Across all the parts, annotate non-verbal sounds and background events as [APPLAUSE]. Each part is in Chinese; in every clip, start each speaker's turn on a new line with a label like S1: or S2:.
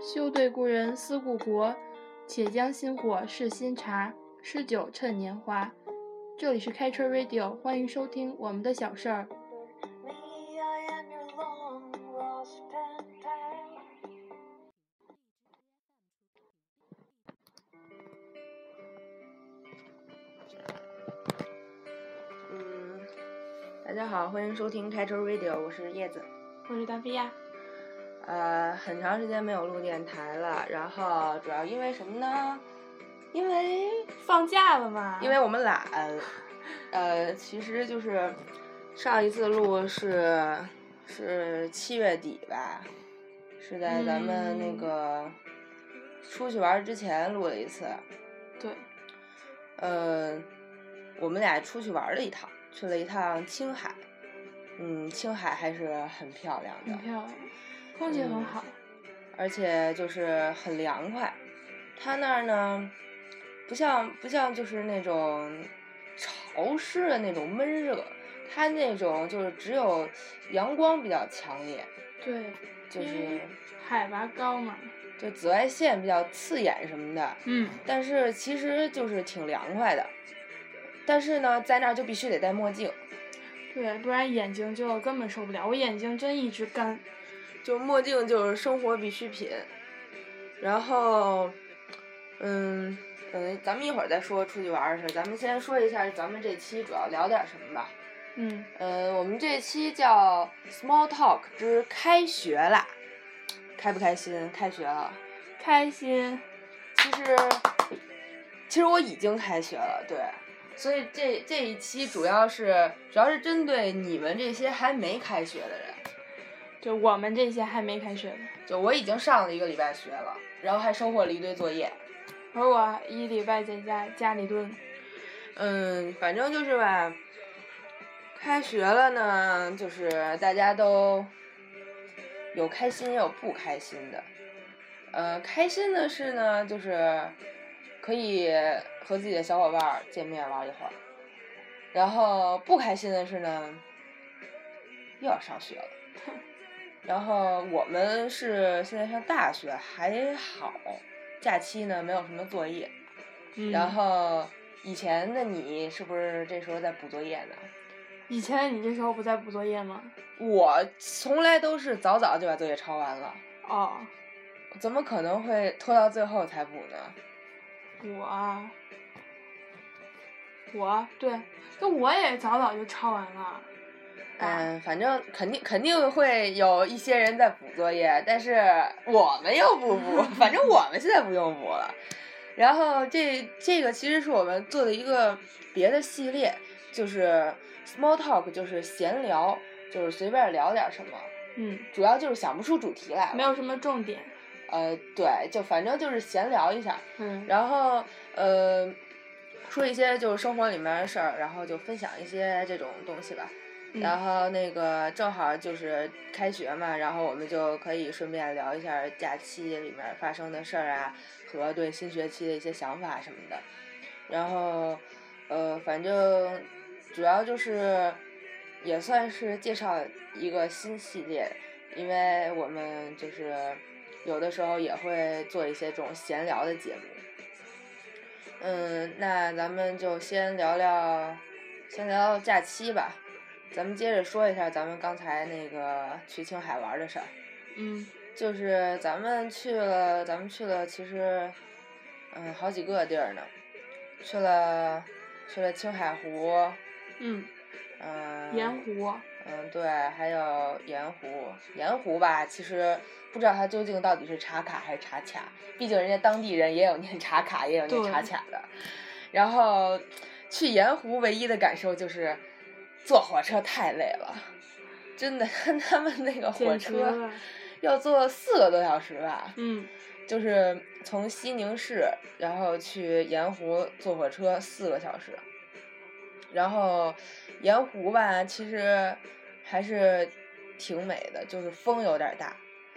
S1: 休对故人思故国，且将新火试新茶，诗酒趁年华。这里是开车 Radio，欢迎收听我们的小事儿。
S2: Me, I am your long lost pen pal.
S3: 嗯，大家好，欢迎收听开车 Radio，我是叶子。
S1: 我是达菲亚，
S3: 呃，很长时间没有录电台了，然后主要因为什么呢？因为
S1: 放假了嘛？
S3: 因为我们懒，呃，其实就是上一次录是是七月底吧，是在咱们那
S1: 嗯
S3: 个出去玩儿之前录了一次，
S1: 对，
S3: 呃，我们俩出去玩儿了一趟，去了一趟青海，嗯，青海还是很漂亮的
S1: 很，漂亮，空气很好。
S3: 而且就是很凉快。它那儿呢，不像不像就是那种潮湿的那种闷热，它那种就是只有阳光比较强烈，
S1: 对，
S3: 就是
S1: 嗯海拔高嘛。
S3: 就紫外线比较刺眼什么的，
S1: 嗯，
S3: 但是其实就是挺凉快的。但是呢，在那儿就必须得戴墨镜，
S1: 对，不然眼睛就根本受不了。我眼睛真一直干。
S3: 就墨镜就是生活必需品。然后，嗯嗯，咱们一会儿再说出去玩儿的事儿，咱们先说一下咱们这期主要聊点什么吧。
S1: 嗯，
S3: 呃，我们这期叫 Small Talk 之开学啦，开不开心？开学了。
S1: 开心。
S3: 其实，其实我已经开学了，对。所以这这一期主要是主要是针对你们这些还没开学的人，
S1: 就我们这些还没开学呢，
S3: 就我已经上了一个礼拜学了，然后还收获了一堆作业。
S1: 而我一礼拜在家家里蹲。
S3: 嗯，反正就是吧，开学了呢，就是大家都有开心也有不开心的。呃，开心的是呢，就是可以和自己的小伙伴儿见面玩一会儿。然后不开心的是呢，又要上学了。然后我们是现在上大学，还好，假期呢没有什么作业。
S1: 嗯
S3: 然后以前的你是不是这时候在补作业呢？
S1: 以前你这时候不在补作业吗？
S3: 我从来都是早早就把作业抄完了，
S1: 哦，
S3: 怎么可能会拖到最后才补呢？
S1: 我啊，我啊对，就我也早早就抄完了。啊，
S3: 嗯，反正肯定肯定会有一些人在补作业，但是我们又不补，反正我们现在不用补了。然后这这个其实是我们做的一个别的系列，就是 small talk，就是闲聊，就是随便聊点什么，
S1: 嗯，
S3: 主要就是想不出主题来了
S1: 没。有什么重点。
S3: 呃，对，就反正就是闲聊一下，
S1: 嗯，
S3: 然后呃，说一些就是生活里面的事儿，然后就分享一些这种东西吧。
S1: 嗯
S3: 然后那个正好就是开学嘛，然后我们就可以顺便聊一下假期里面发生的事儿啊，和对新学期的一些想法什么的。然后呃，反正主要就是也算是介绍一个新系列，因为我们就是有的时候也会做一些这种闲聊的节目。嗯，那咱们就先聊聊，先聊聊假期吧。咱们接着说一下咱们刚才那个去青海玩的事儿，
S1: 嗯，
S3: 就是咱们去了，咱们去了，其实，嗯，好几个地儿呢，去了，去了青海湖，
S1: 嗯，
S3: 嗯，
S1: 盐湖，
S3: 嗯，对，还有盐湖，盐湖吧，其实不知道它究竟到底是茶卡还是茶卡，毕竟人家当地人也有念茶卡，也有念茶
S1: 对
S3: 卡的。然后去盐湖唯一的感受就是坐火车太累了，真的， [LAUGHS] 他们那个火
S1: 简直
S3: 车
S1: 了。
S3: 要坐四个多小时吧，
S1: 嗯，
S3: 就是从西宁市，然后去盐湖坐火车四个小时，然后盐湖吧，其实还是挺美的，就是风有点大，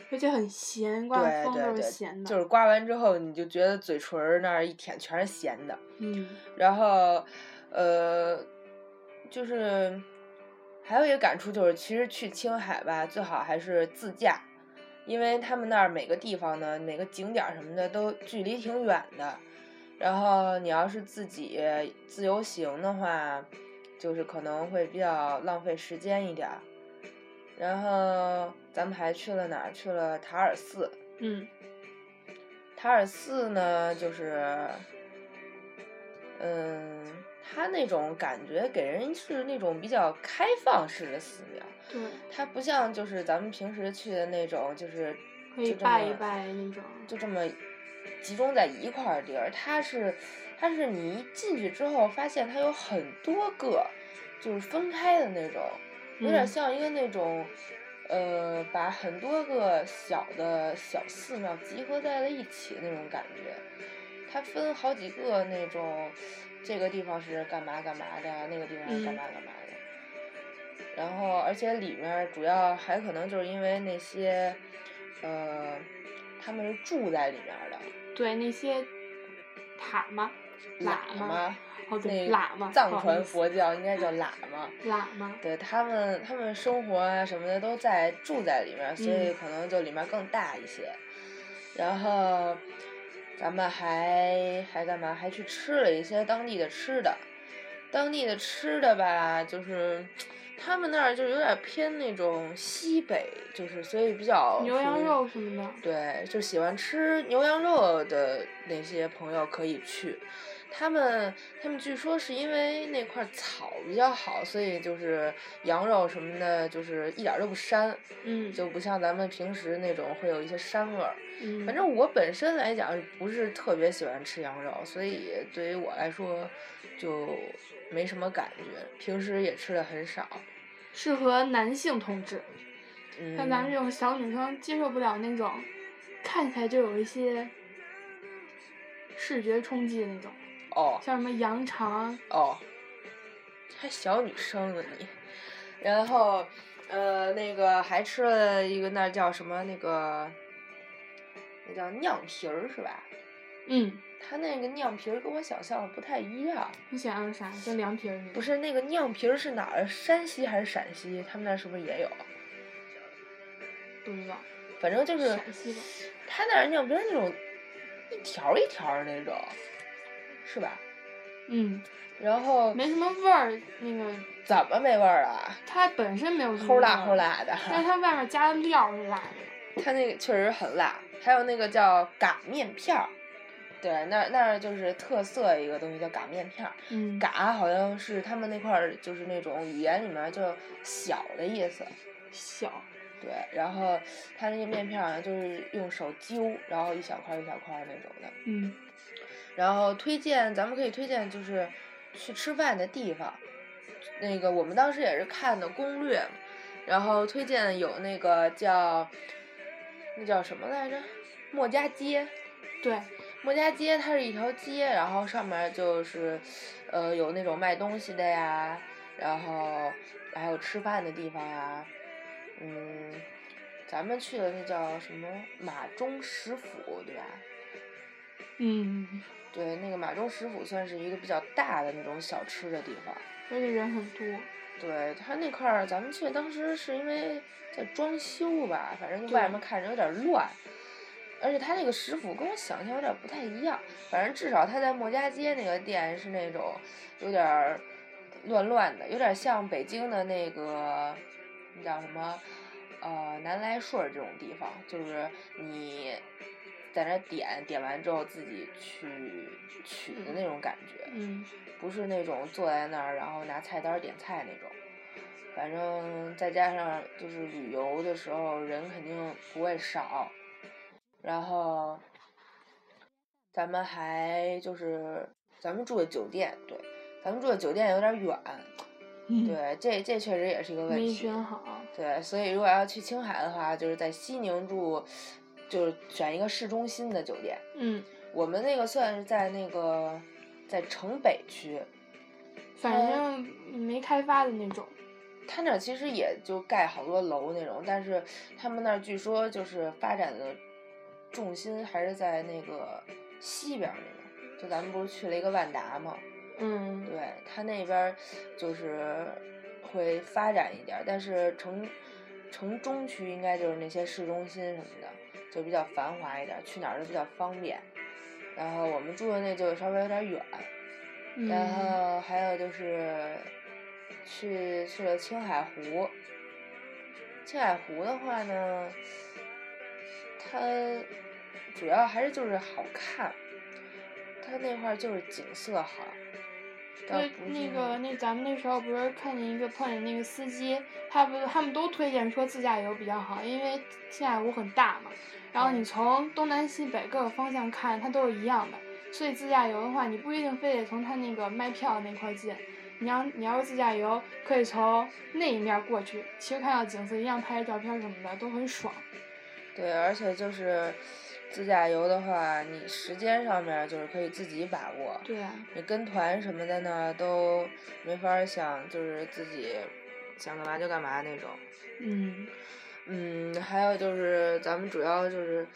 S1: 而且很咸，刮
S3: 对
S1: 风
S3: 对
S1: 都是
S3: 对，
S1: 咸的。
S3: 就是刮完之后你就觉得嘴唇儿那儿一舔全是咸的，
S1: 嗯，
S3: 然后呃，就是还有一个感触就是，其实去青海吧，最好还是自驾。因为他们那儿每个地方呢，每个景点儿什么的都距离挺远的。然后你要是自己自由行的话，就是可能会比较浪费时间一点儿。然后咱们还去了哪儿？去了塔尔寺。
S1: 嗯
S3: 塔尔寺呢，就是，嗯，它那种感觉给人是那种比较开放式的寺庙，
S1: 对，
S3: 它不像就是咱们平时去的那种，就是
S1: 可以
S3: 就这
S1: 拜一
S3: 么
S1: 拜那种
S3: 就这么集中在一块儿地儿。它是，它是你一进去之后，发现它有很多个，就是分开的那种，有点
S1: 嗯
S3: 像一个那种，呃，把很多个小的小寺庙集合在了一起的那种感觉。它分好几个那种，这个地方是干嘛干嘛的，那个地方是干
S1: 嗯
S3: 嘛干嘛的。然后，而且里面儿主要还可能就是因为那些，呃，他们是住在里面儿的
S1: 对那些塔嘛，喇
S3: 喇
S1: 嘛，
S3: 嘛，
S1: 哦对，
S3: 那
S1: 喇嘛，不
S3: 藏
S1: 好意
S3: 传
S1: 思
S3: 佛教应该叫喇嘛。
S1: 喇嘛，
S3: 对他们，他们生活啊什么的都在住在里面儿，所以
S1: 嗯
S3: 可能就里面儿更大一些。然后，咱们还还干嘛？还去吃了一些当地的吃的。当地的吃的吧，就是他们那儿就有点儿偏那种西北，就是所以比较
S1: 牛
S3: 属
S1: 羊
S3: 于
S1: 肉什么的，
S3: 对，就喜欢吃牛羊肉的那些朋友可以去。他们他们据说是因为那块儿草比较好，所以就是羊肉什么的，就是一点儿都不膻，
S1: 嗯
S3: 就不像咱们平时那种会有一些膻味儿。
S1: 嗯，
S3: 反正我本身来讲不是特别喜欢吃羊肉，所以对于我来说就没什么感觉，平时也吃的很少。
S1: 适合男性同志，
S3: 嗯，
S1: 像咱们这种小女生接受不了那种，看起来就有一些视觉冲击的那种，
S3: 哦
S1: 像什么羊肠，
S3: 哦，还小女生呢你。然后，呃，那个还吃了一个那儿叫什么那个，那叫酿皮儿是吧？
S1: 嗯，
S3: 它那个酿皮儿跟我想象的不太一样。
S1: 你想要啥？跟凉皮儿似的。
S3: 不是那个酿皮儿是哪儿？山西还是陕西？他们那儿是不是也有？
S1: 不知道，
S3: 反正就是
S1: 陕西吧，
S3: 他那儿酿皮儿那种一条儿一条儿的那种，是吧？
S1: 嗯，
S3: 然后
S1: 没什么味儿，那个
S3: 怎么没味儿啊？
S1: 它本身没有什么
S3: 齁辣
S1: 味
S3: 齁
S1: 儿，
S3: 辣的。
S1: 但是它外面加的料是辣的，
S3: 它那个确实很辣，还有那个叫擀面片儿，对，那儿那儿就是特色一个东西叫擀面片儿，
S1: 嗯，
S3: 擀好像是他们那块儿就是那种语言里面儿就小的意思，
S1: 小，
S3: 对，然后它那个面片儿好像就是用手揪，然后一小块儿一小块儿那种的，
S1: 嗯
S3: 然后推荐咱们可以推荐就是去吃饭的地方，那个我们当时也是看的攻略嘛，然后推荐有那个叫那叫什么来着？墨家街，
S1: 对，
S3: 墨家街它是一条街，然后上面就是，呃，有那种卖东西的呀，然后还有吃饭的地方呀，嗯，咱们去的那叫什么马中食府，对吧？
S1: 嗯，
S3: 对，那个马中食府算是一个比较大的那种小吃的地方。
S1: 而且人很多，
S3: 对，它那块儿咱们去当时是因为在装修吧，反正就外
S1: 对
S3: 面看着有点乱，而且它那个食府跟我想象有点不太一样。反正至少它在墨家街那个店是那种有点儿乱乱的，有点像北京的那个那叫什么呃南来顺儿这种地方，就是你在那儿点点完之后自己去取的那种感觉。
S1: 嗯，
S3: 不是那种坐在那儿然后拿菜单儿点菜那种。反正再加上就是旅游的时候人肯定不会少，然后咱们还就是咱们住的酒店，对，咱们住的酒店有点远，
S1: 嗯，
S3: 对，这这确实也是一个问
S1: 没
S3: 题。
S1: 选好，
S3: 对，所以如果要去青海的话，就是在西宁住，就是选一个市中心的酒店。
S1: 嗯，
S3: 我们那个算是在那个在城北区，
S1: 反正没开发的那种，
S3: 他那儿其实也就盖好多楼那种，但是他们那儿据说就是发展的重心还是在那个西边儿那种。就咱们不是去了一个万达嘛，
S1: 嗯，
S3: 对他那边儿就是会发展一点儿，但是城城中区应该就是那些市中心什么的，就比较繁华一点，去哪儿都比较方便。然后我们住的那就稍微有点远，然
S1: 嗯，
S3: 后还有就是去去了青海湖。青海湖的话呢，它主要还是就是好看，它那块儿就是景色好。倒
S1: 对，
S3: 不
S1: 那
S3: 是
S1: 个那咱们那时候不是看见一个碰见那个司机，他不他们都推荐说自驾游比较好，因为青海湖很大嘛，然后你
S3: 嗯
S1: 从东南西北各个方向看，它都是一样的。所以自驾游的话，你不一定非得从它那个卖票那块儿进，你要你要是自驾游，可以从那一面儿过去，其实看到景色一样，拍照片儿什么的都很爽。
S3: 对，而且就是自驾游的话，你时间上面儿就是可以自己把握。
S1: 对啊，
S3: 你跟团什么的呢，都没法儿想，就是自己想干嘛就干嘛那种。
S1: 嗯，
S3: 嗯，还有就是咱们主要就是，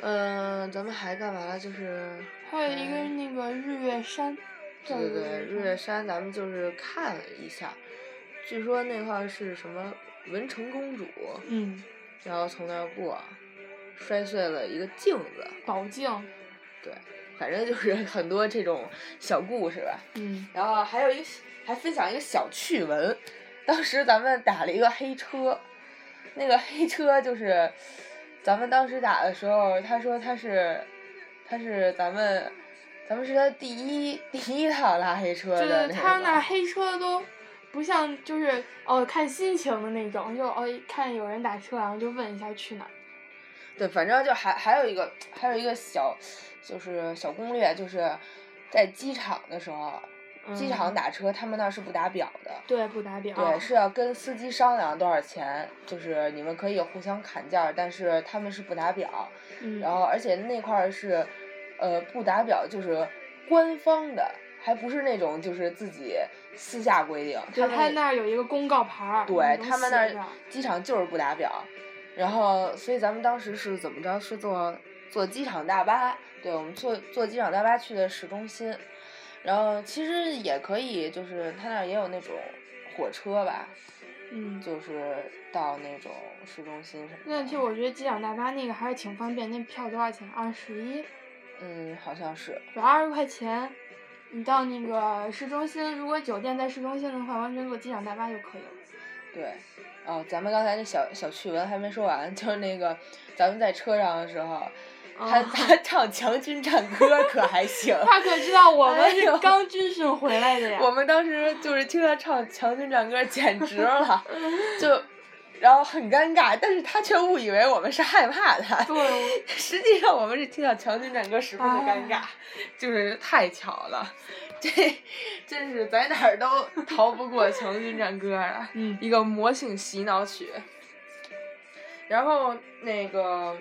S3: 嗯、咱们还干嘛了？就是
S1: 还有一个
S3: 还
S1: 那个日月山，
S3: 对
S1: 叫
S3: 对对，日月
S1: 山
S3: 山咱们就是看了一下，据说那块儿是什么文成公主，
S1: 嗯，
S3: 然后从那儿过，摔碎了一个镜子。
S1: 宝镜，
S3: 对，反正就是很多这种小故事吧。
S1: 嗯，
S3: 然后还有一个还分享一个小趣闻，当时咱们打了一个黑车，那个黑车就是咱们当时打的时候，他说他是他是咱们咱们是他第一第一趟拉黑车
S1: 就
S3: 的
S1: 是
S3: 那
S1: 他
S3: 个
S1: 那黑车都。不像就是哦看心情的那种，就哦看有人打车，然后就问一下去哪儿。
S3: 对，反正就还还有一个还有一个小就是小攻略，就是在机场的时候，机场
S1: 打
S3: 打车他们那儿是不打表的。
S1: 嗯对不打表，
S3: 对，是要跟司机商量多少钱，就是你们可以互相砍价儿，但是他们是不打表，
S1: 嗯，
S3: 然后而且那块儿是，呃，不打表就是官方的，还不是那种就是自己私下规定，
S1: 就
S3: 他
S1: 他
S3: 们
S1: 那儿有一个公告牌儿，
S3: 对
S1: 能
S3: 他们
S1: 写
S3: 那儿
S1: 着
S3: 机场就是不打表，然后所以咱们当时是怎么着？是坐坐机场大巴，对我们坐坐机场大巴去的市中心，然后其实也可以，就是他那儿也有那种火车吧，
S1: 嗯。
S3: 就是到那种市中心什么
S1: 那
S3: 的。
S1: 其实我觉得机场大巴那个还是挺方便，那票多少钱？二十一，
S3: 嗯，好像是
S1: 只要二十块钱。你到那个市中心，如果酒店在市中心的话，完全坐机场大巴就可以了。
S3: 对。哦，咱们刚才那小小趣闻还没说完，就是那个咱们在车上的时候，他
S1: 哦
S3: 他唱《强军战歌》可还
S1: [LAUGHS]。
S3: 行
S1: 他可知道我们
S3: 哎
S1: 是
S3: 呦
S1: 刚军训回来的呀。
S3: 我们当时就是听他唱《强军战歌》，简直了，就然后很尴尬，但是他却误以为我们是害怕他，
S1: 对啊我
S3: [LAUGHS] 实际上我们是听到《强军战歌》十分的尴尬，就是太巧了， [LAUGHS] 这真是在哪儿都逃不过《强军战歌》啊，
S1: 嗯
S3: 一个魔性洗脑曲。然后那个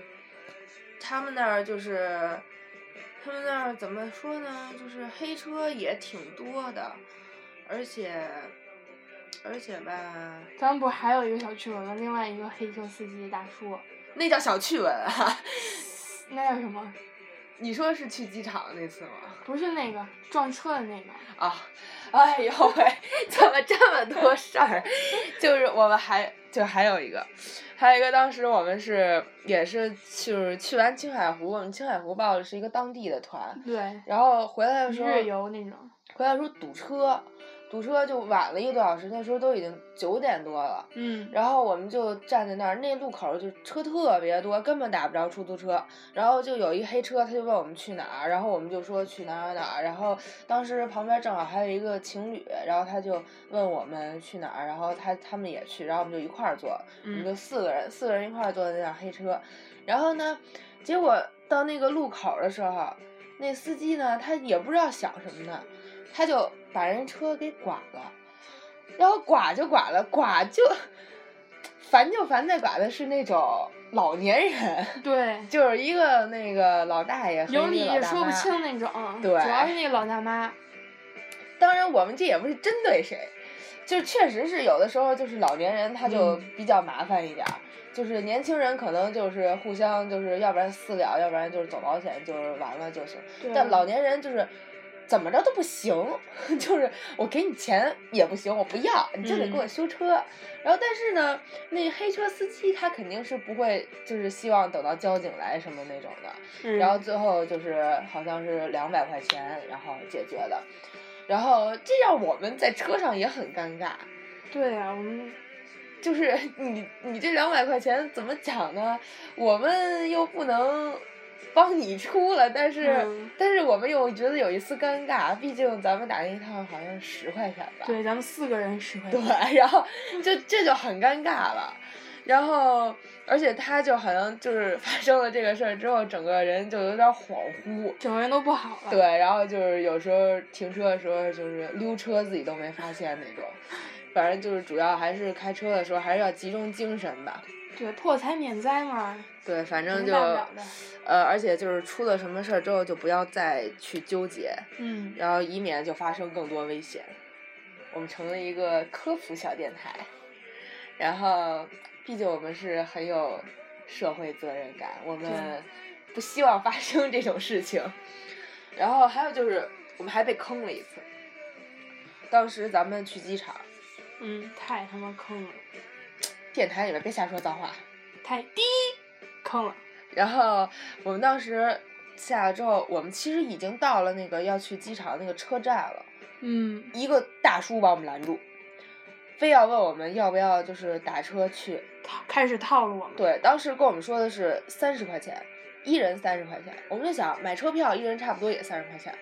S3: 他们那儿就是。他们那儿怎么说呢？就是黑车也挺多的，而且，而且吧，
S1: 咱们不是还有一个小区闻吗？另外一个黑车司机大叔，
S3: 那叫小趣闻啊！ [LAUGHS]
S1: 那叫什么？
S3: 你说是去机场那次吗？
S1: 不是那个撞车的那个。
S3: 啊，哎呦喂，怎么这么多事儿？就是我们还就还有一个，还有一个，当时我们是也是就是去完青海湖，我们青海湖报的是一个当地的团，
S1: 对，
S3: 然后回来的时候
S1: 日游那种。
S3: 回来的时候堵车，堵车就晚了一个多小时，那时候都已经九点多了。
S1: 嗯。
S3: 然后我们就站在那儿，那路口就车特别多，根本打不着出租车。然后就有一黑车，他就问我们去哪儿，然后我们就说去哪儿哪儿哪儿。然后当时旁边正好还有一个情侣，然后他就问我们去哪儿，然后他他们也去，然后我们就一块儿坐，我们就四个人四个人一块儿坐在那辆黑车。然后呢，结果到那个路口的时候，那司机呢他也不知道想什么呢，他就把人车给剐了。然后剐就剐了，剐就烦就烦在剐的是那种老年人， [LAUGHS]
S1: 对。
S3: 就是一个那个老大爷和
S1: 有理
S3: 一个老
S1: 也
S3: 大
S1: 说不
S3: 妈。
S1: 清那种，
S3: 对
S1: 主要是那个老大妈，
S3: 当然，我们这也不是针对谁，就确实是有的时候就是老年人他就
S1: 嗯
S3: 比较麻烦一点儿。就是年轻人可能就是互相就是要不然私了，要不然就是走保险，就是完了就行。
S1: 对
S3: 但老年人就是怎么着都不行， [LAUGHS] 就是我给你钱也不行，我不要，你就得给我
S1: 嗯
S3: 修车。然后但是呢，那黑车司机他肯定是不会，就是希望等到交警来什么那种的。
S1: 嗯
S3: 然后最后就是好像是两百块钱，然后解决的。然后这让我们在车上也很尴尬，
S1: 对呀、我们
S3: 就是 [LAUGHS] 你你这两百块钱怎么讲呢？我们又不能帮你出了，但是、
S1: 嗯
S3: 但是我们又觉得有一丝尴尬，毕竟咱们打那一趟好像十块钱吧。
S1: 对咱们四个人十块钱，
S3: 对， [LAUGHS] 然后就这就很尴尬了。然后，而且他就好像就是发生了这个事儿之后，整个人就有点恍惚。
S1: 整个人都不好了。
S3: 对，然后就是有时候停车的时候，就是溜车自己都没发现那种。反正就是主要还是开车的时候，还是要集中精神吧。
S1: 对，破财免灾嘛，
S3: 对，反正
S1: 能
S3: 就
S1: 办不了的
S3: 呃，而且就是出了什么事儿之后，就不要再去纠结，
S1: 嗯，
S3: 然后以免就发生更多危险。我们成了一个科普小电台，然后毕竟我们是很有社会责任感，我们不希望发生这种事情。然后还有就是，我们还被坑了一次。当时咱们去机场，
S1: 嗯，太他妈坑了，
S3: 电台里面别瞎说脏话。
S1: 太低坑了。
S3: 然后我们当时下来之后，我们其实已经到了那个要去机场那个车站了，
S1: 嗯，
S3: 一个大叔把我们拦住，非要问我们要不要就是打车去。
S1: 套开始套路我们。
S3: 对，当时跟我们说的是三十块钱，一人三十块钱，我们就想买车票一人差不多也三十块钱，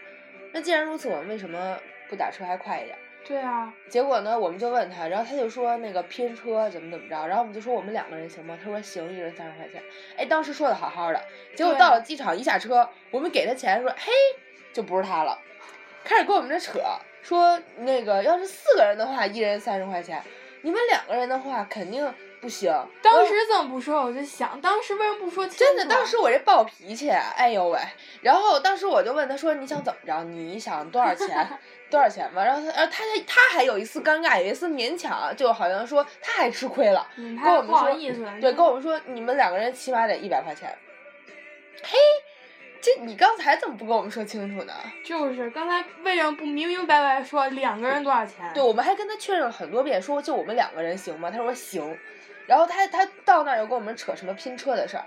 S3: 那既然如此，我们为什么不打车还快一点？
S1: 对啊，
S3: 结果呢，我们就问他，然后他就说那个拼车怎么怎么着，然后我们就说我们两个人行吗？他说行，一人三十块钱。哎，当时说的好好的，结果
S1: 对啊
S3: 到了机场一下车，我们给他钱说嘿，就不是他了，开始跟我们这扯，说那个要是四个人的话，一人三十块钱，你们两个人的话肯定不行。
S1: 当时怎么不说？我就想，当时为什么不说清楚啊？
S3: 真的，当时我这暴脾气，哎呦喂！然后当时我就问他说：“你想怎么着？你想多少钱？多少钱嘛？”然后他，然后他还他还有一丝尴尬，有一丝勉强，就好像说他还吃亏了，
S1: 嗯，
S3: 跟
S1: 他
S3: 我们
S1: 不好
S3: 说
S1: 意思。
S3: 对，跟我们说你们两个人起码得一百块钱。嘿，这你刚才怎么不跟我们说清楚呢？
S1: 就是刚才为什么不明明白白说两个人多少钱？
S3: 对，我们还跟他确认了很多遍，说就我们两个人行吗？他说行。然后他他到那儿又跟我们扯什么拼车的事儿，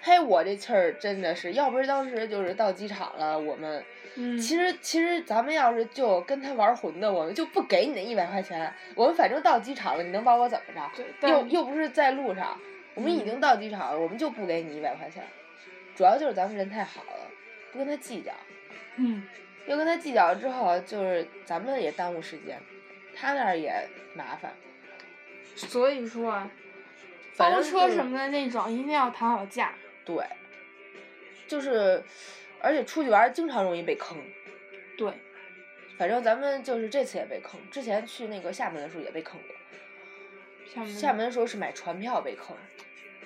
S3: 嘿，我这气儿真的是，要不是当时就是到机场了，我们
S1: 嗯，
S3: 其实其实咱们要是就跟他玩混的，我们就不给你那一百块钱，我们反正到机场了，你能把我怎么着？
S1: 对，
S3: 又
S1: 但
S3: 又不是在路上，我们已
S1: 嗯
S3: 经到机场了，我们就不给你一百块钱。主要就是咱们人太好了，不跟他计较。
S1: 嗯，
S3: 又跟他计较之后，就是咱们也耽误时间，他那儿也麻烦。
S1: 所以说啊，
S3: 反
S1: 包
S3: 正
S1: 车
S3: 就是
S1: 什么的那种一定要谈好价。
S3: 对，就是，而且出去玩儿经常容易被坑。
S1: 对，
S3: 反正咱们就是这次也被坑，之前去那个厦门的时候也被坑过。
S1: 厦门，
S3: 厦门的时候是买船票被坑，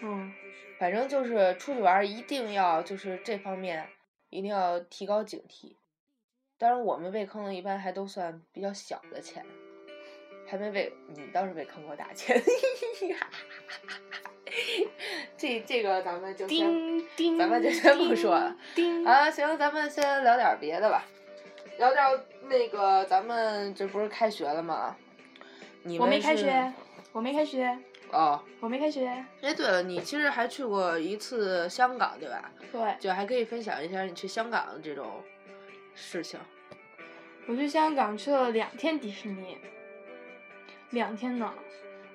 S1: 嗯，
S3: 反正就是出去玩儿一定要就是这方面一定要提高警惕。当然，我们被坑的一般还都算比较小的钱，还没被你倒是被坑过大钱。 [LAUGHS] 这这个咱们就先
S1: 叮叮，
S3: 咱们就先不说了
S1: 叮。叮，
S3: 啊，行，咱们先聊点别的吧，聊点那个咱们这不是开学了吗？你
S1: 我
S3: 们
S1: 没开
S3: 是
S1: 学，我没开学，
S3: 哦。
S1: 我没开学。
S3: 哎，对了，你其实还去过一次香港，对吧？
S1: 对，
S3: 就还可以分享一下你去香港的这种事情。
S1: 我去香港去了两天迪士尼，两天呢。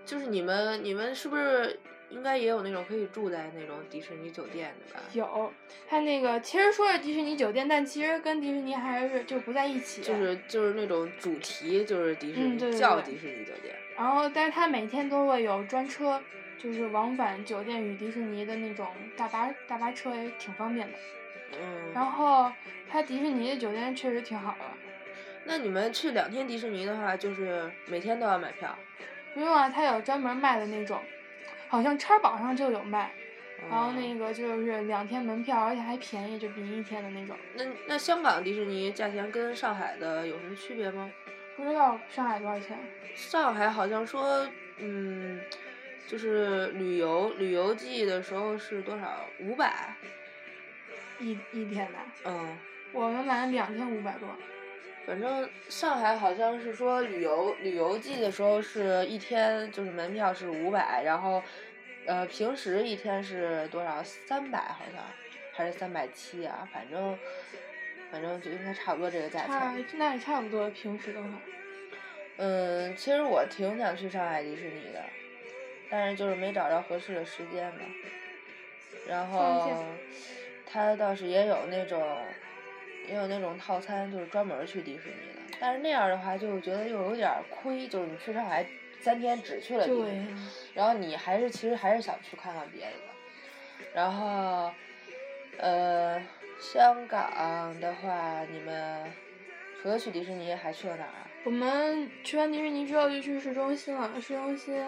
S3: 就是你们，你们是不是应该也有那种可以住在那种迪士尼酒店的吧？
S1: 有，它那个其实说是迪士尼酒店，但其实跟迪士尼还是就不在一起。
S3: 就是就是那种主题就是迪士
S1: 嗯
S3: 尼，
S1: 对对
S3: 叫
S1: 对
S3: 迪士尼酒店。
S1: 然后，但是它每天都会有专车，就是往返酒店与迪士尼的那种大巴，大巴车也挺方便的。
S3: 嗯，
S1: 然后，它迪士尼的酒店确实挺好的，
S3: 那你们去两天迪士尼的话，就是每天都要买票。
S1: 不用啊，它有专门卖的那种，好像叉宝上就有卖。然后那
S3: 嗯
S1: 个就是两天门票，而且还便宜，就比一天的那种。
S3: 那那香港迪士尼价钱跟上海的有什么区别吗？
S1: 不知道上海多少钱？
S3: 上海好像说，嗯，就是旅游旅游季的时候是多少？五百？
S1: 一一天的？
S3: 嗯，
S1: 我们买了两天五百多，
S3: 反正上海好像是说旅游旅游季的时候是一天就是门票是五百，然后，呃，平时一天是多少？三百好像，还是三百七啊？反正，反正就应该差不多这个价
S1: 差
S3: 钱。
S1: 那也差不多。平时的话，
S3: 嗯，其实我挺想去上海迪士尼的，但是就是没找着合适的时间嘛。然
S1: 放
S3: 后
S1: 假，
S3: 他倒是也有那种，也有那种套餐，就是专门儿去迪士尼的。但是那样的话，就觉得又有点儿亏，就是你去上海三天只去了迪士
S1: 对
S3: 尼，
S1: 呀，
S3: 然后你还是其实还是想去看看别的的。然后，呃，香港的话，你们除了去迪士尼，还去了哪儿啊？
S1: 我们去完迪士尼之后就去市中心了，市中心。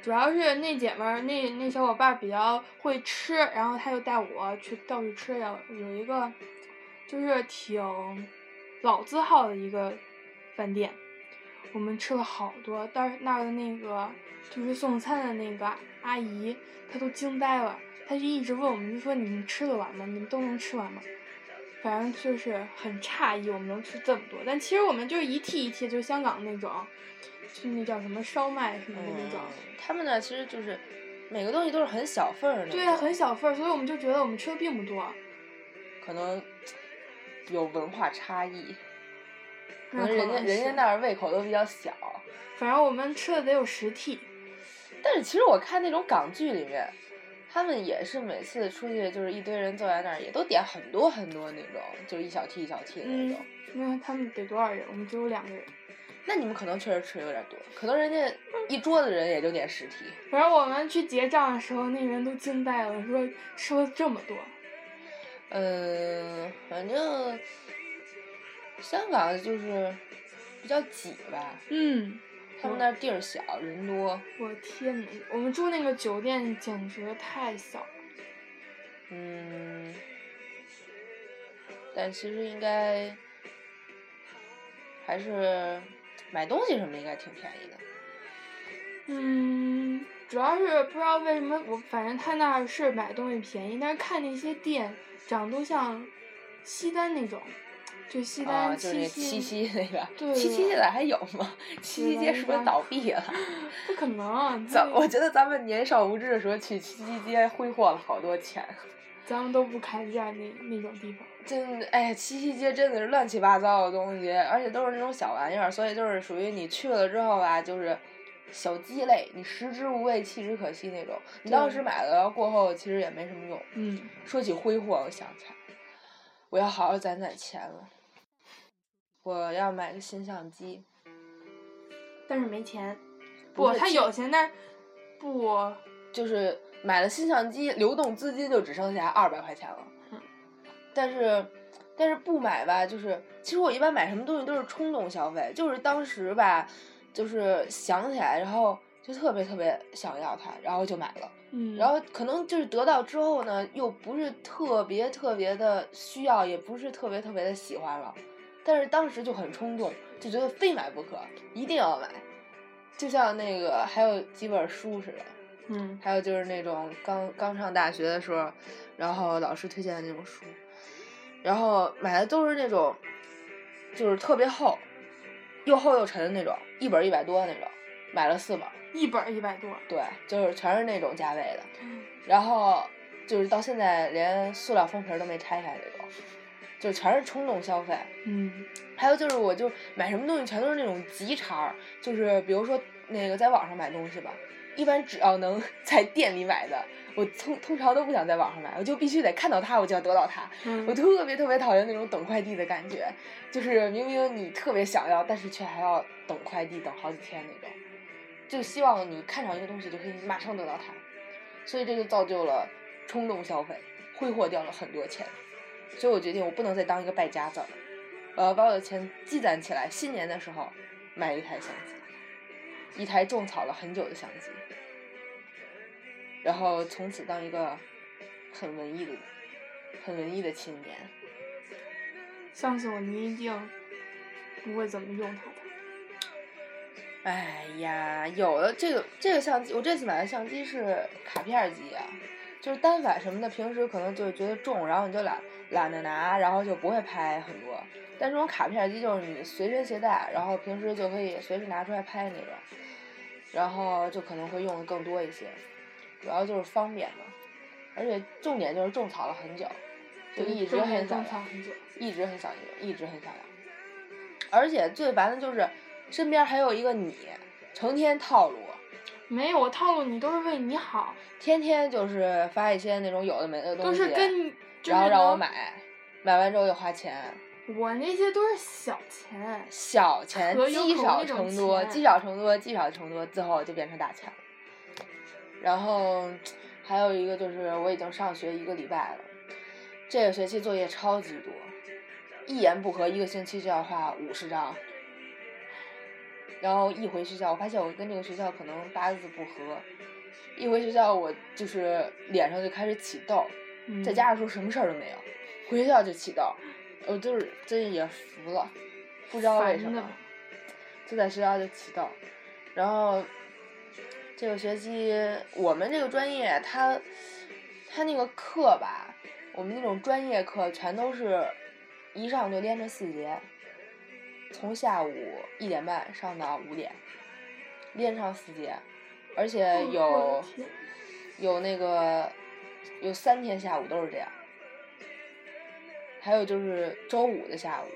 S1: 主要是那姐们儿，那那小伙伴儿比较会吃，然后她就带我去到处吃呀。有一个就是挺老字号的一个饭店，我们吃了好多，但是那儿的那个就是送餐的那个阿姨，她都惊呆了，她就一直问我们，就说你们吃得完吗？你们都能吃完吗？反正就是很诧异，我们能吃这么多，但其实我们就是一屉一屉，就香港那种，就那叫什么烧麦什么的那种，
S3: 他们那其实就是每个东西都是很小份儿的，
S1: 对啊，很小份儿，所以我们就觉得我们吃的并不多。
S3: 可能有文化差异，可
S1: 那
S3: 能
S1: 可
S3: 人家
S1: 能
S3: 人家
S1: 是
S3: 那儿胃口都比较小。
S1: 反正我们吃了得有十屉，
S3: 但是其实我看那种港剧里面，他们也是每次出去就是一堆人坐在那儿，也都点很多很多那种，就是一小屉一小屉的那
S1: 嗯
S3: 种。，
S1: 那他们得多少人？我们只有两个人。
S3: 那你们可能确实吃的有点多，可能人家一桌子人也就点十屉。
S1: 反正我们去结账的时候，那人都惊呆了，说吃了这么多。
S3: 嗯，反正香港就是比较挤吧，
S1: 嗯，
S3: 他们那儿地儿小，人多。
S1: 我天呐，我们住那个酒店简直太小了。
S3: 嗯，但其实应该还是买东西什么的应该挺便宜的。
S1: 嗯，主要是不知道为什么我，反正他那儿是买东西便宜，但是看那些店长得都像西单那种，就西
S3: 啊，
S1: 单
S3: 就
S1: 七
S3: 是那
S1: 夕
S3: 七夕那个，
S1: 对
S3: 七夕现在还有吗？七夕街是不是
S1: 吧
S3: 倒闭了？ [LAUGHS]
S1: 不可能，啊
S3: 咱
S1: 咱
S3: 我 [LAUGHS] 觉得咱们年少无知的时候去七夕街挥霍了好多钱。
S1: 咱们都不开价那那种地方。
S3: 真哎，七夕街真的是乱七八糟的东西，而且都是那种小玩意儿，所以就是属于你去了之后吧，就是小鸡肋，你食之无味，弃之可惜那种。你当时
S1: 对
S3: 买了，然后过后其实也没什么用。
S1: 嗯，
S3: 说起挥霍，我想起来，我要好好攒攒钱了。我要买个新相机，
S1: 但是没钱。
S3: 不
S1: 不，
S3: 是
S1: 他
S3: 其
S1: 有钱，但是不，
S3: 就是买了新相机，流动资金就只剩下二百块钱了
S1: 嗯。
S3: 但是，但是不买吧，就是其实我一般买什么东西都是冲动消费，就是当时吧，就是想起来，然后就特别特别想要它，然后就买了。
S1: 嗯，
S3: 然后可能就是得到之后呢，又不是特别特别的需要，也不是特别特别的喜欢了，但是当时就很冲动，就觉得非买不可，一定要买。就像那个还有几本书似的，
S1: 嗯，
S3: 还有就是那种刚刚上大学的时候，然后老师推荐的那种书，然后买的都是那种，就是特别厚，又厚又沉的那种，一本一百多的那种，买了四本儿，
S1: 一本一百多。
S3: 对，就是全是那种价位的。然后就是到现在连塑料封皮儿都没拆开那种，就全是冲动消费。
S1: 嗯，
S3: 还有就是，我就买什么东西全都是那种急茬儿，就是比如说那个在网上买东西吧，一般只要能 [LAUGHS] 在店里买的，我通通常都不想在网上买，我就必须得看到它，我就要得到它。
S1: 嗯
S3: 我特别特别讨厌那种等快递的感觉，就是明明你特别想要，但是却还要等快递等好几天那种。就希望你看上一个东西就可以马上得到它，所以这就造就了冲动消费，挥霍掉了很多钱。所以我决定我不能再当一个败家子儿了，我要把我的钱积攒起来，新年的时候买一台相机，一台种草了很久的相机，然后从此当一个很文艺的、很文艺的青年。
S1: 相信我，你一定不会怎么用它的。
S3: 哎呀，有了这个这个相机，我这次买的相机是卡片儿机啊，就是单反什么的，平时可能就觉得重，然后你就懒懒得拿，然后就不会拍很多。但这种卡片机就是你随身携带，然后平时就可以随时拿出来拍那种，然后就可能会用的更多一些，主要就是方便嘛。而且重点就是种草了很久，就一直
S1: 中
S3: 很
S1: 年
S3: 想
S1: 种
S3: 要
S1: 草很久。
S3: 一直很想要，一直很想要。而且最烦的就是身边还有一个你，成天套路我。
S1: 没有，我套路你都是为你好，
S3: 天天就是发一些那种有的没的东
S1: 都
S3: 西，
S1: 是跟你就是
S3: 然后让我
S1: 能，
S3: 买，买完之后又花钱，
S1: 我那些都是小钱。
S3: 小钱
S1: 可有
S3: 积
S1: 口
S3: 少
S1: 那种
S3: 成多，
S1: 钱
S3: 积少成多，积少成多，最后就变成大钱了。然后还有一个就是我已经上学一个礼拜了，这个学期作业超级多，一言不合一个星期就要画五十张。然后一回学校，我发现我跟这个学校可能八字不合，一回学校我就是脸上就开始起痘，
S1: 嗯
S3: 在家的时候什么事儿都没有，回学校就起痘，我就是真也服了，不知道为什
S1: 烦的
S3: 么，就在学校就起痘，然后这个学期我们这个专业它它那个课吧，我们那种专业课全都是一上就连着四节，从下午一点半上到五点，连上四节，而且
S1: 嗯
S3: 有
S1: 我的天
S3: 有那个有三天下午都是这样，还有就是周五的下午，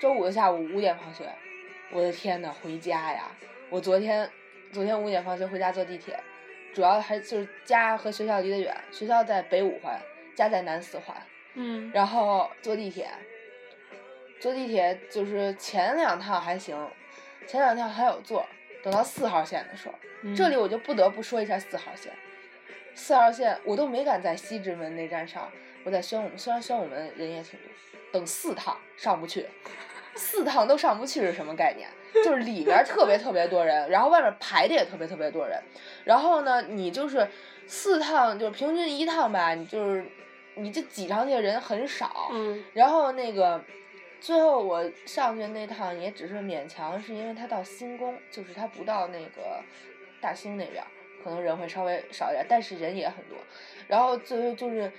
S3: 周五的下午五点放学，我的天呐，回家呀！我昨天昨天五点放学回家坐地铁，主要还就是家和学校离得远，学校在北五环，家在南四环，
S1: 嗯，
S3: 然后坐地铁，坐地铁就是前两趟还行，前两趟还有座儿，等到四号线的时候，
S1: 嗯
S3: 这里我就不得不说一下四号线。四号线我都没敢在西直门那站上，我在宣武，虽然宣武门人也挺多，等四趟上不去，四趟都上不去是什么概念？就是里边儿特别特别多人，然后外面排的也特别特别多人，然后呢，你就是四趟，就是平均一趟吧，你就是你这挤上去的人很少，
S1: 嗯
S3: 然后那个最后我上去那趟也只是勉强，是因为它到新宫，就是它不到那个大兴那边儿，可能人会稍微少一点儿，但是人也很多。然后最后就是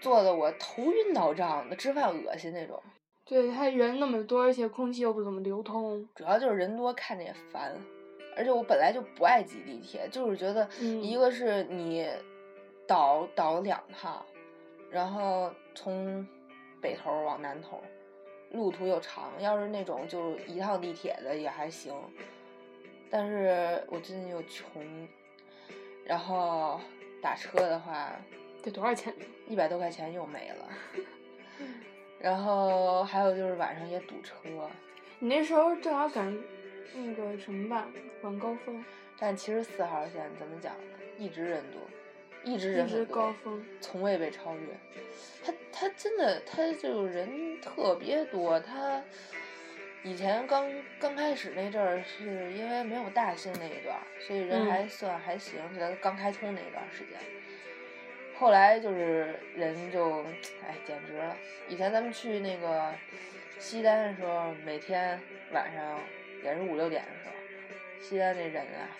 S3: 坐的我头晕脑胀的，吃饭恶心那种。
S1: 对，它人那么多，而且空气又不怎么流通。
S3: 主要就是人多看着也烦，而且我本来就不爱挤地铁，就是觉得
S1: 嗯
S3: 一个是你倒倒两趟，然后从北头儿往南头儿，路途又长，要是那种就一趟地铁的也还行，但是我最近又穷，然后打车的话
S1: 得多少钱呢？
S3: 一百多块钱又没了， [LAUGHS] 然后还有就是晚上也堵车。
S1: 你那时候正好赶上那个什么吧，晚高峰，
S3: 但其实四号线怎么讲呢？一直人多，一
S1: 一
S3: 直人
S1: 直
S3: 很
S1: 高
S3: 多，
S1: 峰。
S3: 从未被超越。他他真的他就是人特别多。他以前刚刚开始那阵儿，是因为没有大兴那一段儿，所以
S1: 嗯
S3: 人还算还行，是咱刚开通那一段儿时间。后来就是人就哎，简直了！以前咱们去那个西单的时候，每天晚上也是五六点的时候，西安那人啊，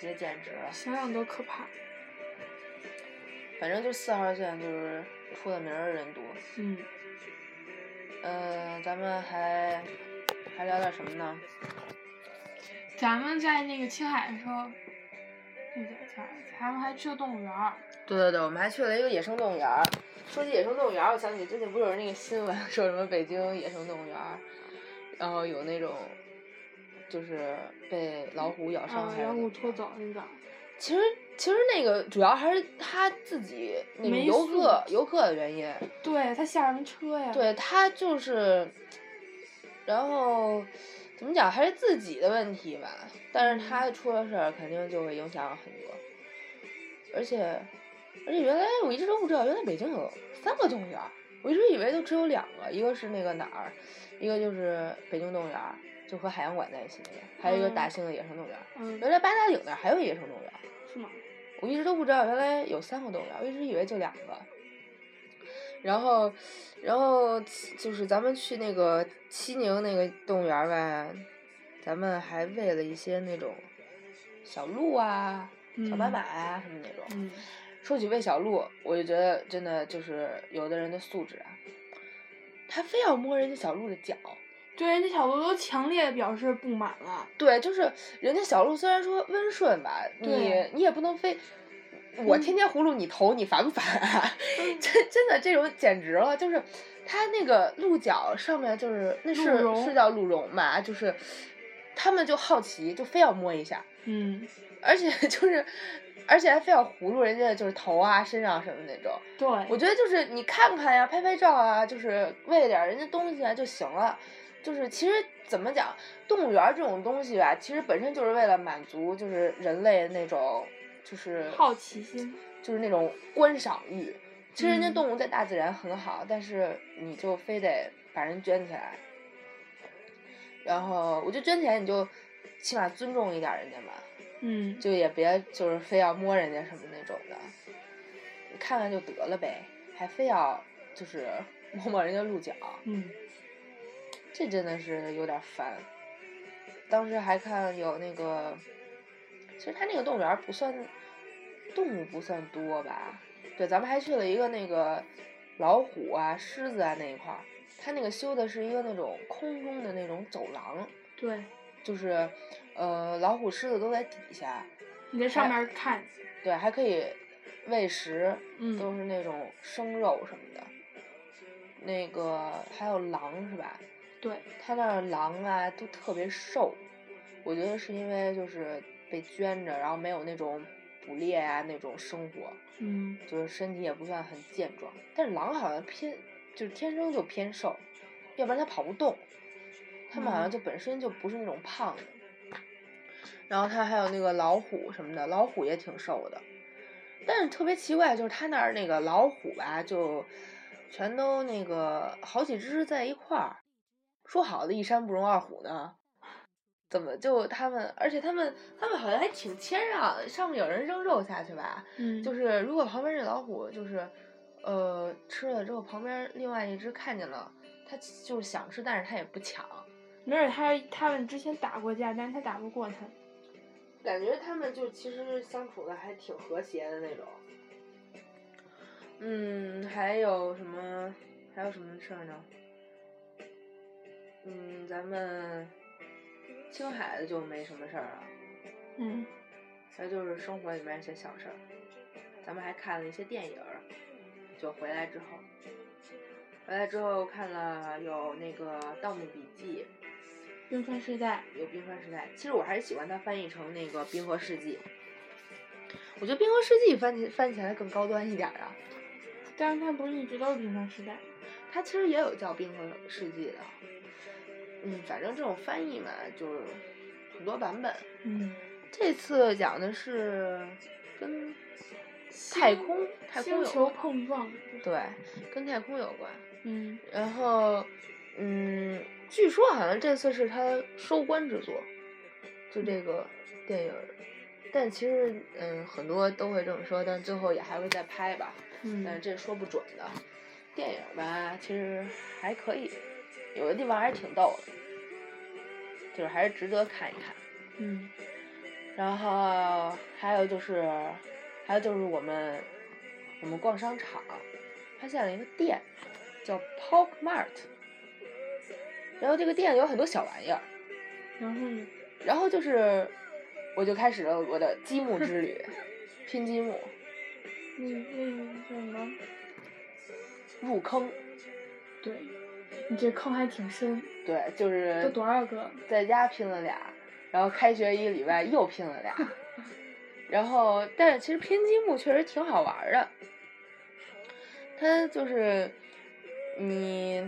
S3: 也简直了。
S1: 想想都可怕。
S3: 反正就四号线就是出了名儿人多。
S1: 嗯，
S3: 嗯、咱们还还聊点什么呢？
S1: 咱们在那个青海的时候，那个叫啥咱们还去了动物园儿。
S3: 对对对，我们还去了一个野生动物园儿。说起野生动物园儿，我想起最近不是有那个新闻，说什么北京野生动物园儿，然后有那种就是被老虎咬伤
S1: 啊，
S3: 还是
S1: 然
S3: 怎
S1: 后
S3: 么
S1: 我
S3: 着
S1: 拖走那个，
S3: 其实其实那个主要还是他自己那种
S1: 没
S3: 游
S1: 素
S3: 客
S1: 质
S3: 游客的原因。
S1: 对他下什么车呀？，
S3: 对他就是，然后怎么讲还是自己的问题吧，但是他出了事儿肯定就会影响很多，而且而且原来我一直都不知道，原来北京有三个动物园儿，我一直以为就只有两个，一个是那个哪儿，一个就是北京动物园儿，就和海洋馆在一起那个，还有一个
S1: 嗯
S3: 大兴的野生动物园儿，
S1: 嗯，
S3: 原来八达岭那儿还有野生动物园儿。
S1: 是吗？
S3: 我一直都不知道原来有三个动物园，我一直以为就两个。然后，然后就是咱们去那个西宁那个动物园儿吧，咱们还喂了一些那种小鹿啊、小斑
S1: 嗯
S3: 马啊什么那种。
S1: 嗯，
S3: 说起魏小璐，我就觉得真的就是有的人的素质啊，他非要摸人家小璐的脚。
S1: 对人家小鹿都强烈表示不满了。
S3: 对，就是人家小鹿虽然说温顺吧，你
S1: 对嗯
S3: 你也不能非。我天天葫芦你头，你烦不烦啊？ [LAUGHS] 真真的这种简直了，就是他那个鹿角上面就是那是
S1: 鹿茸
S3: 是叫鹿茸吧，就是他们就好奇，就非要摸一下，
S1: 嗯，
S3: 而且 [LAUGHS] 就是而且还非要葫芦人家的就是头啊身上什么那种。
S1: 对，
S3: 我觉得就是你看看呀，拍拍照啊，就是喂点儿人家东西啊就行了。就是其实怎么讲，动物园儿这种东西吧，其实本身就是为了满足就是人类那种就是
S1: 好奇心。
S3: 就是那种观赏欲。其实人家
S1: 嗯
S3: 动物在大自然很好，但是你就非得把人圈起来，然后我就圈起来，你就起码尊重一点儿人家嘛。
S1: 嗯，
S3: 就也别就是非要摸人家什么那种的，你看看就得了呗，还非要就是 [LAUGHS] 摸摸人家鹿角，
S1: 嗯，
S3: 这真的是有点烦。当时还看有那个，其实他那个动物园儿不算动物不算多吧，对，咱们还去了一个那个老虎啊、狮子啊那一块儿，他那个修的是一个那种空中的那种走廊，
S1: 对，
S3: 就是呃老虎、狮子都在底下，
S1: 你在上面看，
S3: 对，还可以喂食，
S1: 嗯
S3: 都是那种生肉什么的。那个还有狼是吧？
S1: 对，
S3: 他那儿狼啊都特别瘦，我觉得是因为就是被圈着，然后没有那种捕猎啊那种生活，
S1: 嗯，
S3: 就是身体也不算很健壮。但是狼好像偏就是天生就偏瘦，要不然它跑不动。它们好像
S1: 嗯
S3: 就本身就不是那种胖的。然后它还有那个老虎什么的，老虎也挺瘦的。但是特别奇怪，就是它那儿那个老虎吧，就全都那个好几只在一块儿。说好的一山不容二虎呢？怎么就他们？而且他们他们好像还挺谦让，上面有人扔肉下去吧？
S1: 嗯，
S3: 就，是如果旁边这老虎就是，呃，吃了之后旁边另外一只看见了，它就是想吃，但是它也不抢，
S1: 没准他他们之前打过架，但是他打不过他。
S3: 感觉他们就其实相处的还挺和谐的那种。嗯，还有什么？还有什么事儿呢？嗯，咱们青海的就没什么事儿了，
S1: 嗯，
S3: 那就是生活里面一些小事儿。咱们还看了一些电影儿，就回来之后，回来之后看了有那个《盗墓笔记
S1: 冰川时代，》，
S3: 有《冰川时代》。其实我还是喜欢它翻译成那个《冰河世纪》，我觉得《冰河世纪》翻起翻起来更高端一点儿啊。
S1: 但是他不是一直都是冰川时代。
S3: 它其实也有叫《冰河世纪》的，嗯，反正这种翻译嘛，就是很多版本。
S1: 嗯，
S3: 这次讲的是跟太空太空
S1: 星
S3: 有
S1: 球
S3: 关
S1: 碰撞。
S3: 对，跟太空有关。
S1: 嗯，
S3: 然后，嗯，据说好像这次是他收官之作，就这个电影儿。但其实，嗯，很多都会这么说，但最后也还会再拍吧。但是
S1: 嗯，
S3: 这说不准的。电影儿吧，其实还可以，有的地方还是挺逗的，就是还是值得看一看。
S1: 嗯，
S3: 然后还有就是，还有就是我们我们逛商场，发现了一个店叫 Pop Mart，然后这个店有很多小玩意儿，
S1: 然后呢？
S3: 然后就是我就开始了我的积木之旅， [LAUGHS] 拼积木
S1: 那那个叫什么？
S3: 入坑，
S1: 对，你这坑还挺深，
S3: 对，就是
S1: 都多少个？
S3: 在家拼了俩，然后开学一礼拜又拼了
S1: [LAUGHS]
S3: 俩，然后但是其实拼积木确实挺好玩儿的，它就是你，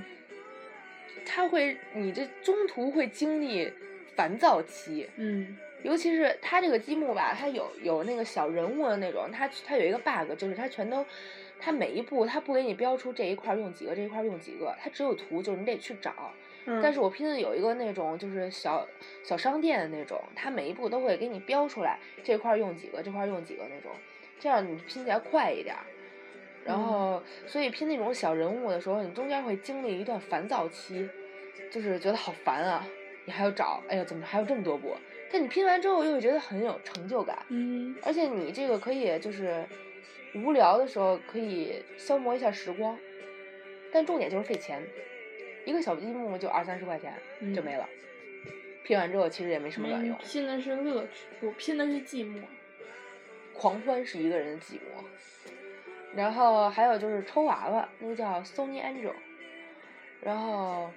S3: 它会你这中途会经历烦躁期，
S1: 嗯，
S3: 尤其是它这个积木吧，它有有那个小人物的那种，它它有一个 bug，就是它全都。它每一步，它不给你标出这一块儿用几个，这一块儿用几个，它只有图，就是你得去找。
S4: 嗯
S1: [LAUGHS]
S3: 但是我拼的有一个那种就是小小商店的那种，它每一步都会给你标出来这块儿用几个，这块儿用几个那种，这样你拼起来快一点儿。然后，所以拼那种小人物的时候，你中间会经历一段烦躁期，就是觉得好烦啊！你还要找，哎呀，怎么还有这么多步？但你拼完之后又会觉得很有成就感，
S1: 嗯，
S3: 而且你这个可以就是，无聊的时候可以消磨一下时光，但重点就是费钱，一个小积木就二三十块钱
S1: 嗯
S3: 就没了，拼完之后其实也没什么卵
S1: 没
S3: 用。
S1: 嗯拼的是乐趣，不拼的是寂寞。
S3: 狂欢是一个人的寂寞。然后还有就是抽娃娃，那个叫 Sony Angel。然后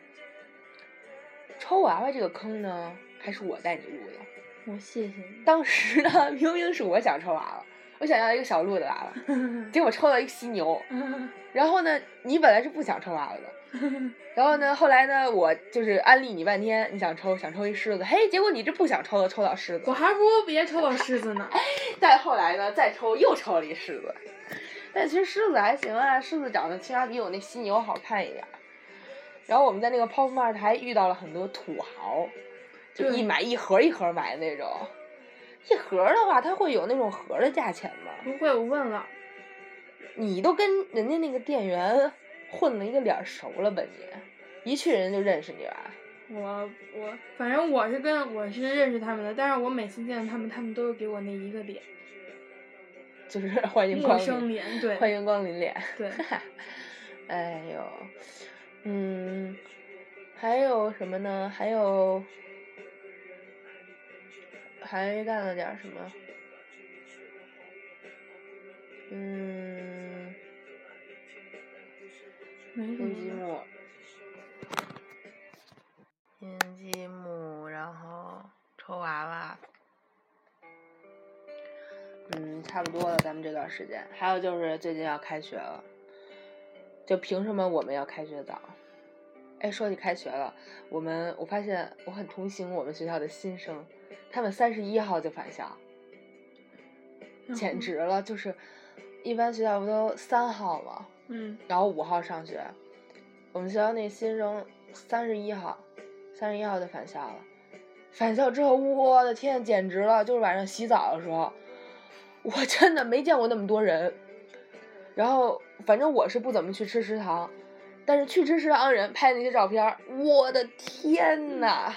S3: 抽娃娃这个坑呢，还是我带你入的。
S1: 我谢谢你。
S3: 当时呢， [LAUGHS] 明明是我想抽娃娃，我想要一个小鹿的娃娃，结果抽到一个犀牛。然后呢，你本来是不想抽娃娃的，然后呢，后来呢，我就是安利你半天，你想抽想抽一狮子，嘿，结果你这不想抽的抽到狮子
S1: 我，还不如别抽到狮子呢。
S3: 再后来呢，再抽又抽了一狮子，但其实狮子还行啊，狮子长得起码比我那犀牛好看一点儿。然后我们在那个 Pop Mart 还遇到了很多土豪，就
S1: 对
S3: 一买一盒一盒买的那种。一盒的话，它会有那种盒的价钱吗？
S1: 不会，我问了，
S3: 你都跟人家那个店员混了一个脸儿熟了吧你？一去人家就认识你吧？
S1: 我我反正我是跟我是认识他们的，但是我每次见到他们，他们都是给我那一个脸，
S3: 就是 [LAUGHS] 欢迎
S1: 陌
S3: 光
S1: 生
S3: 临，
S1: 脸，对
S3: 欢迎光临脸。 [LAUGHS]
S1: 对，
S3: 哎呦，嗯，还有什么呢？还有，还干了点儿什么？嗯，
S1: 没什
S3: 编积
S1: 么了。
S3: 木，编积木，然后抽娃娃。嗯，差不多了，咱们这段时间。还有就是最近要开学了，就凭什么我们要开学早？哎，说起开学了，我们我发现我很同情我们学校的新生，他们三十一号就返校，
S1: 然
S3: 简
S1: 后
S3: 直了！就是一般学校不都三号吗？
S1: 嗯，
S3: 然后五号上学，我们学校那新生三十一号，三十一号就返校了。返校之后，我的天，简直了！就是晚上洗澡的时候，我真的没见过那么多人。然后，反正我是不怎么去吃食堂，但是去吃食堂的人拍那些照片儿，我的天呐！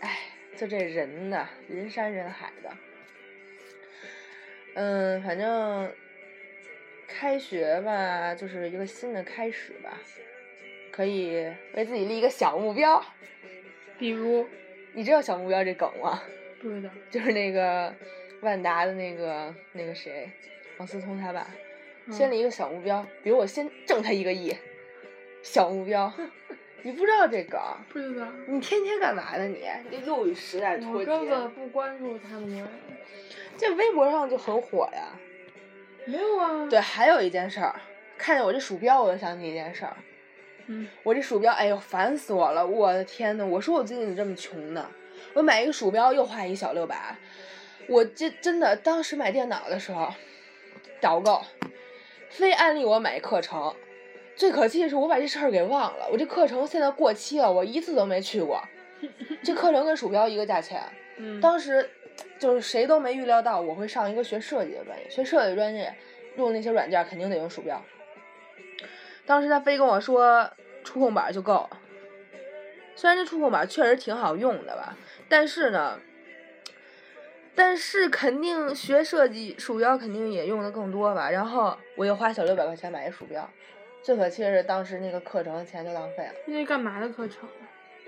S3: 哎，就这人呐，人山人海的。嗯，反正开学吧，就是一个新的开始吧，可以为自己立一个小目标。
S1: 比如
S3: 你知道小目标这梗吗？ [LAUGHS]
S1: 不知道，
S3: 就是那个万达的那个那个谁，王思聪他爸，
S1: 嗯
S3: 先立一个小目标，比如我先挣他一个亿，小目
S1: [LAUGHS]
S3: 标。你不知道这梗？
S1: 不知道。
S3: 你天天干嘛呢你？你这又与时代
S1: 我
S3: 脱
S1: 根
S3: 节
S1: 本。不关注他们的人，
S3: 这微博上就很火呀。
S1: 没有啊。
S3: 对，，还有一件事儿，看见我这鼠标，我就想起一件事儿。
S1: 嗯，
S3: 我这鼠标，哎呦，烦死我了！我的天呐，我说我最近怎么这么穷呢？我买一个鼠标又花一小六百，我这真的当时买电脑的时候，导购非安利我买课程，最可气的是我把这事儿给忘了，我这课程现在过期了，我一次都没去过。这课程跟鼠标一个价钱，
S1: 嗯，
S3: 当时就是谁都没预料到我会上一个学设计的专业，学设计专业用那些软件儿肯定得用鼠标。当时他非跟我说触控板儿就够了，虽然这触控板儿确实挺好用的吧，但是呢，但是肯定学设计鼠标肯定也用的更多吧。然后我又花小六百块钱买一鼠标，最可气的是当时那个课程钱就浪费了。
S1: 那干嘛的课程？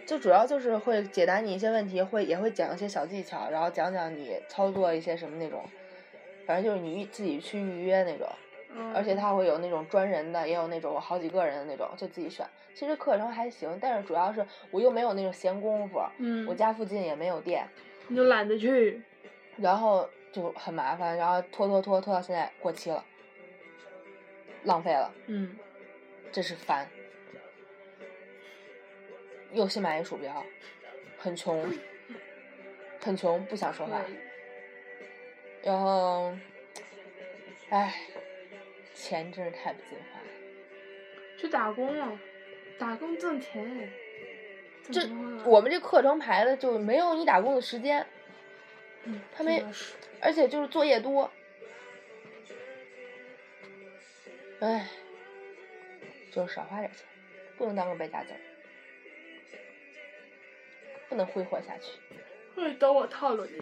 S3: 就主要就是会解答你一些问题，会也会讲一些小技巧，然后讲讲你操作一些什么那种，反正就是你预自己去预约那种，
S1: 嗯
S3: 而且它会有那种专人的，也有那种好几个人的那种，就自己选。其实课程还行，但是主要是我又没有那种闲工夫，
S1: 嗯，
S3: 我家附近也没有店，
S1: 你就懒得去，
S3: 然后就很麻烦，然后拖拖拖拖到现在过期了，浪费了。
S1: 嗯，
S3: 真是烦。又新买一鼠标，很穷，很穷，不想说话。然后，唉，钱真是太不经花了。
S1: 去打工了，打工挣钱。
S3: 这
S1: 怎么了
S3: 我们这课程排的就没有你打工的时间，
S1: 嗯
S3: 他们
S1: 这倒是
S3: 而且就是作业多。唉，就是少花点钱，不能当个败家子儿，不能挥霍下去。
S1: 会等我套路你。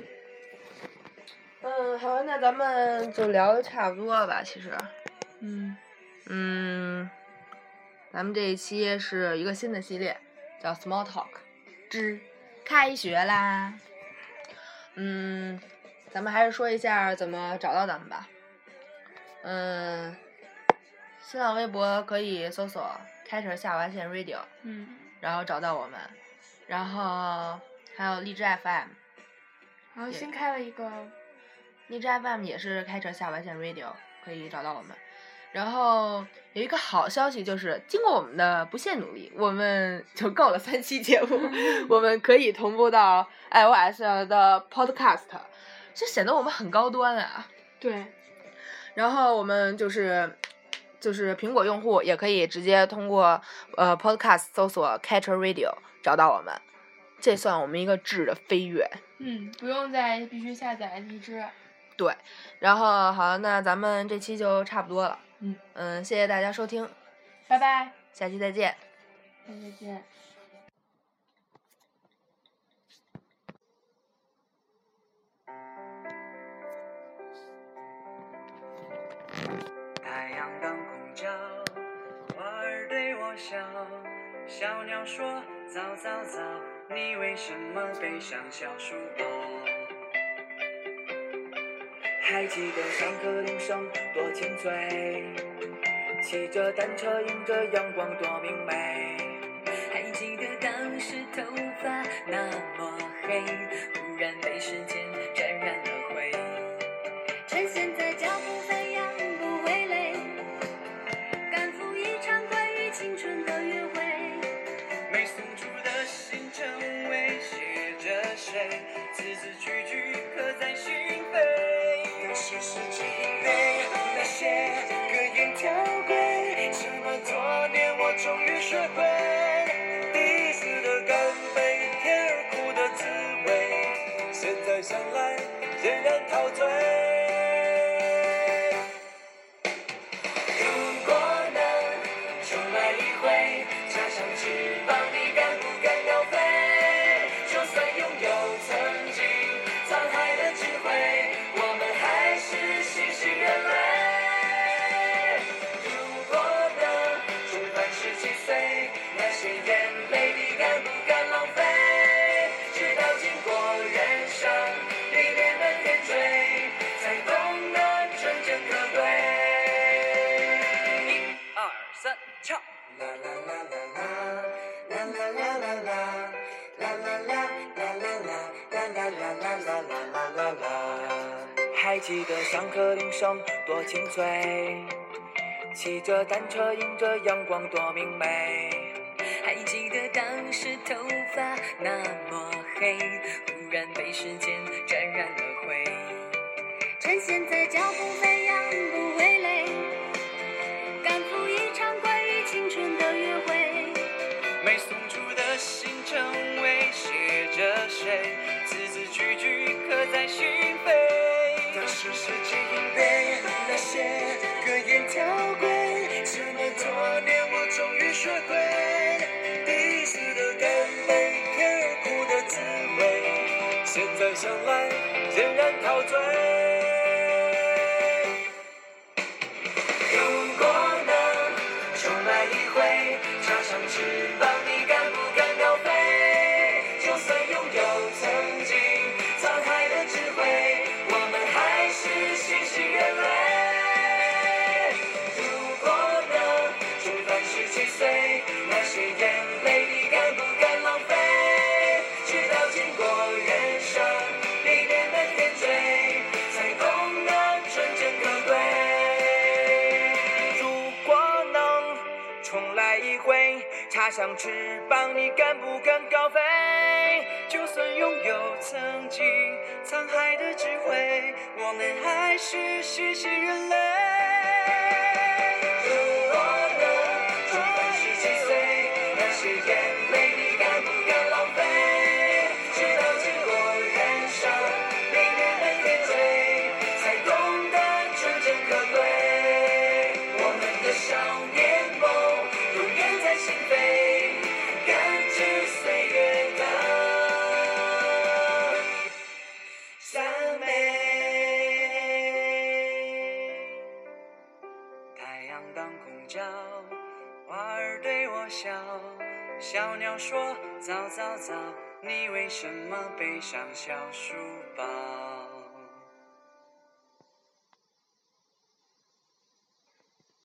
S3: 唉，嗯，好，那咱们就聊的差不多了吧，其实，
S1: 嗯，
S3: 嗯，咱们这一期是一个新的系列，叫 Small Talk 之开学啦。嗯，咱们还是说一下怎么找到咱们吧。嗯，新浪微博可以搜索“开始下划线 radio”，
S1: 嗯，
S3: 然后找到我们，然后还有荔枝 FM，
S1: 然后
S3: 也
S1: 新开了一个，
S3: 荔枝 FM 也是开车下划线 Radio，可以找到我们。然后有一个好消息就是，经过我们的不懈努力，我们就 [LAUGHS] 够了三期节目，我们可以同步到 iOS 上的 Podcast，这显得我们很高端啊。
S1: 对，
S3: 然后我们就是。就是苹果用户也可以直接通过呃 Podcast 搜索 Catcher Radio 找到我们，这算我们一个质的飞跃。
S1: 嗯，不用再必须下载荔枝，
S3: 然后好，那咱们这期就差不多了。
S1: 嗯
S3: 嗯，谢谢大家收听，
S1: 拜拜，
S3: 下期再见。
S1: 下期再见。
S5: 太阳当空照，花儿对我笑，小鸟说早早早，你为什么背上小书包？还记得上课铃声多清脆，骑着单车迎着阳光多明媚。还记得当时头发那么黑，忽然被时间沾染了灰。
S4: 趁现在脚步飞扬不会累，赶赴一场关于青春的约会。
S5: 没送出的信正威胁着谁，字字句句刻在心扉。那些事情累，那些歌言条规，这么多年我终于学会，第一次的干杯，甜而苦的滋味，现在想来仍然陶醉。如果能重来一回，插上翅膀，你敢不敢高飞？就算拥有曾经沧海的智慧，我们还是新兴人类。如果能重返十七岁，那些眼泪你敢不敢浪费？直到经过人生历练的点缀，才懂得真正可贵。一二三，唱。啦啦啦啦啦，啦啦啦啦啦，啦啦啦啦啦啦啦啦啦啦啦啦啦啦。还记得上课铃声多清脆。骑着单车迎着阳光多明媚。还记得当时头发那么黑，忽然被时间沾染了灰。
S4: 趁现在脚步飞扬不会累，赶赴一场关于青春的约会。
S5: 没送出的信正威胁着谁，字字句句刻在心扉。那是世纪一杯，那些歌言条规，这么多年我终于学会，第一次的干杯，甜而苦的滋味，现在想来仍然陶醉。如果能重来一回，插上翅膀，你敢不敢高飞？就算拥有曾经沧海的智慧，我们还是新兴人类。如果能重返十七岁，那些眼泪你敢不敢浪费？直到经过人生历练的点缀，才懂得纯真可贵。如果能重来一回，插上翅膀，你敢不敢高飞？就算拥有曾经沧海的智慧，我们还是新兴人类。如果能重返十七岁，那些眼泪你敢不敢浪费？直到经过人生历练的点缀，才懂得纯真可贵。我们的少年梦永远在心扉，感知岁月的。赞美。早早早，你为什么背上小书包？